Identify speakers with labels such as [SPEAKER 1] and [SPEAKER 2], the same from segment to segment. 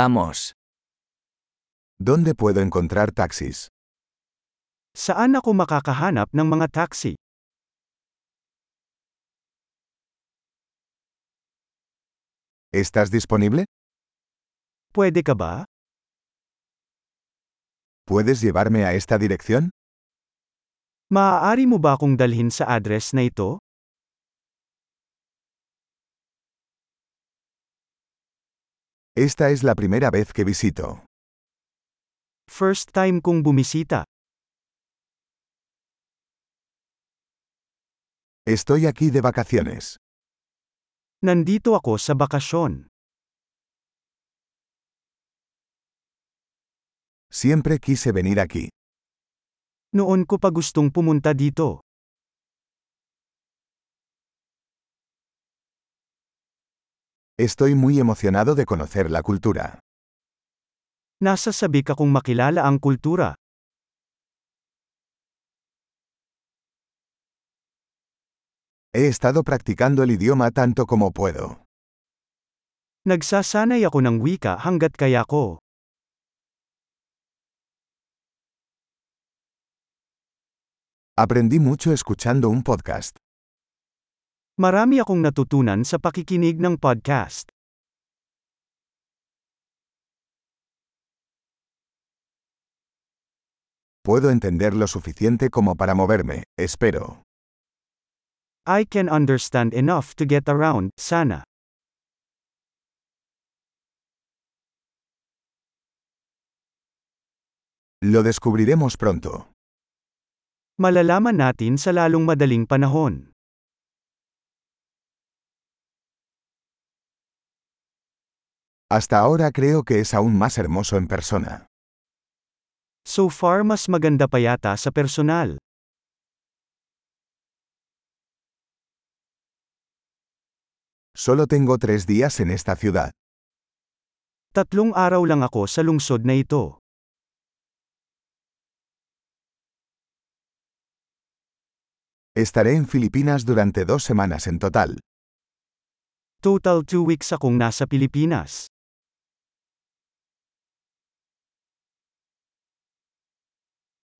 [SPEAKER 1] Vamos.
[SPEAKER 2] ¿Dónde puedo encontrar taxis?
[SPEAKER 3] Saan ako makakahanap ng mga taxi?
[SPEAKER 2] ¿Estás disponible?
[SPEAKER 3] Pwede ka ba?
[SPEAKER 2] ¿Puedes llevarme a esta dirección?
[SPEAKER 3] Maaari mo ba akong dalhin sa address na ito?
[SPEAKER 2] Esta es la primera vez que visito.
[SPEAKER 3] First time kong bumisita.
[SPEAKER 2] Estoy aquí de vacaciones.
[SPEAKER 3] Nandito ako sa bakasyon.
[SPEAKER 2] Siempre quise venir aquí.
[SPEAKER 3] Noon ko pa gustong pumunta dito.
[SPEAKER 2] Estoy muy emocionado de conocer la cultura.
[SPEAKER 3] Nasasabik akong makilala ang kultura.
[SPEAKER 2] He estado practicando el idioma tanto como puedo.
[SPEAKER 3] Nagsasanay ako ng wika hanggat kaya ko.
[SPEAKER 2] Aprendí mucho escuchando un podcast.
[SPEAKER 3] Marami akong natutunan sa pakikinig ng podcast.
[SPEAKER 2] Puedo entender lo suficiente como para moverme, espero.
[SPEAKER 3] I can understand enough to get around, sana.
[SPEAKER 2] Lo descubriremos pronto.
[SPEAKER 3] Malalaman natin sa lalong madaling panahon.
[SPEAKER 2] Hasta ahora creo que es aún más hermoso en persona.
[SPEAKER 3] So far mas maganda pa yata sa personal.
[SPEAKER 2] Solo tengo tres días en esta ciudad.
[SPEAKER 3] Tatlong araw lang ako sa lungsod na ito.
[SPEAKER 2] Estaré en Filipinas durante dos semanas en total.
[SPEAKER 3] Total 2 weeks akong nasa Pilipinas.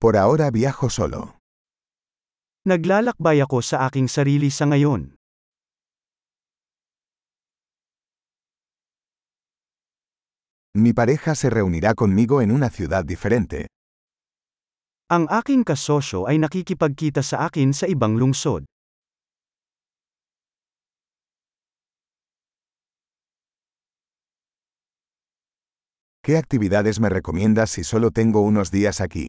[SPEAKER 2] Por ahora viajo solo.
[SPEAKER 3] Naglalakbay ako sa aking sarili sa ngayon.
[SPEAKER 2] Mi pareja se reunirá conmigo en una ciudad diferente.
[SPEAKER 3] Ang aking kasosyo ay nakikipagkita sa akin sa ibang lungsod.
[SPEAKER 2] ¿Qué actividades me recomiendas si solo tengo unos días aquí?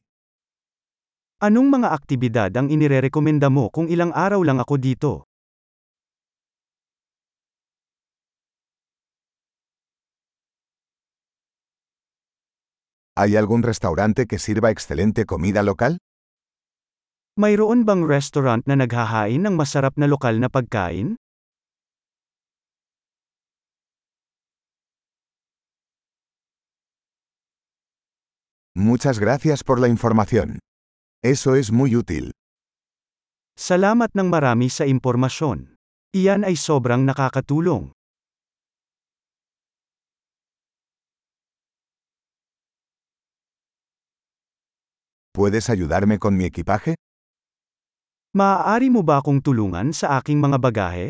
[SPEAKER 3] Anong mga aktibidad ang inirerekomenda mo kung ilang araw lang ako dito?
[SPEAKER 2] ¿Hay algún restaurante que sirva excelente comida local?
[SPEAKER 3] Mayroon bang restaurant na naghahain ng masarap na lokal na pagkain?
[SPEAKER 2] Muchas gracias por la información. Eso es muy útil.
[SPEAKER 3] Salamat ng marami sa impormasyon. Iyan ay sobrang nakakatulong.
[SPEAKER 2] ¿Puedes ayudarme con mi equipaje?
[SPEAKER 3] Maaari mo ba akong tulungan sa aking mga bagahe?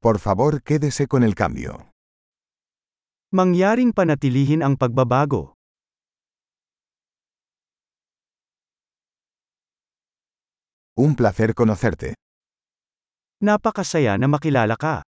[SPEAKER 2] Por favor, quédese con el cambio.
[SPEAKER 3] Mangyaring panatilihin ang pagbabago.
[SPEAKER 2] Un placer conocerte.
[SPEAKER 3] Napakasaya na makilala ka.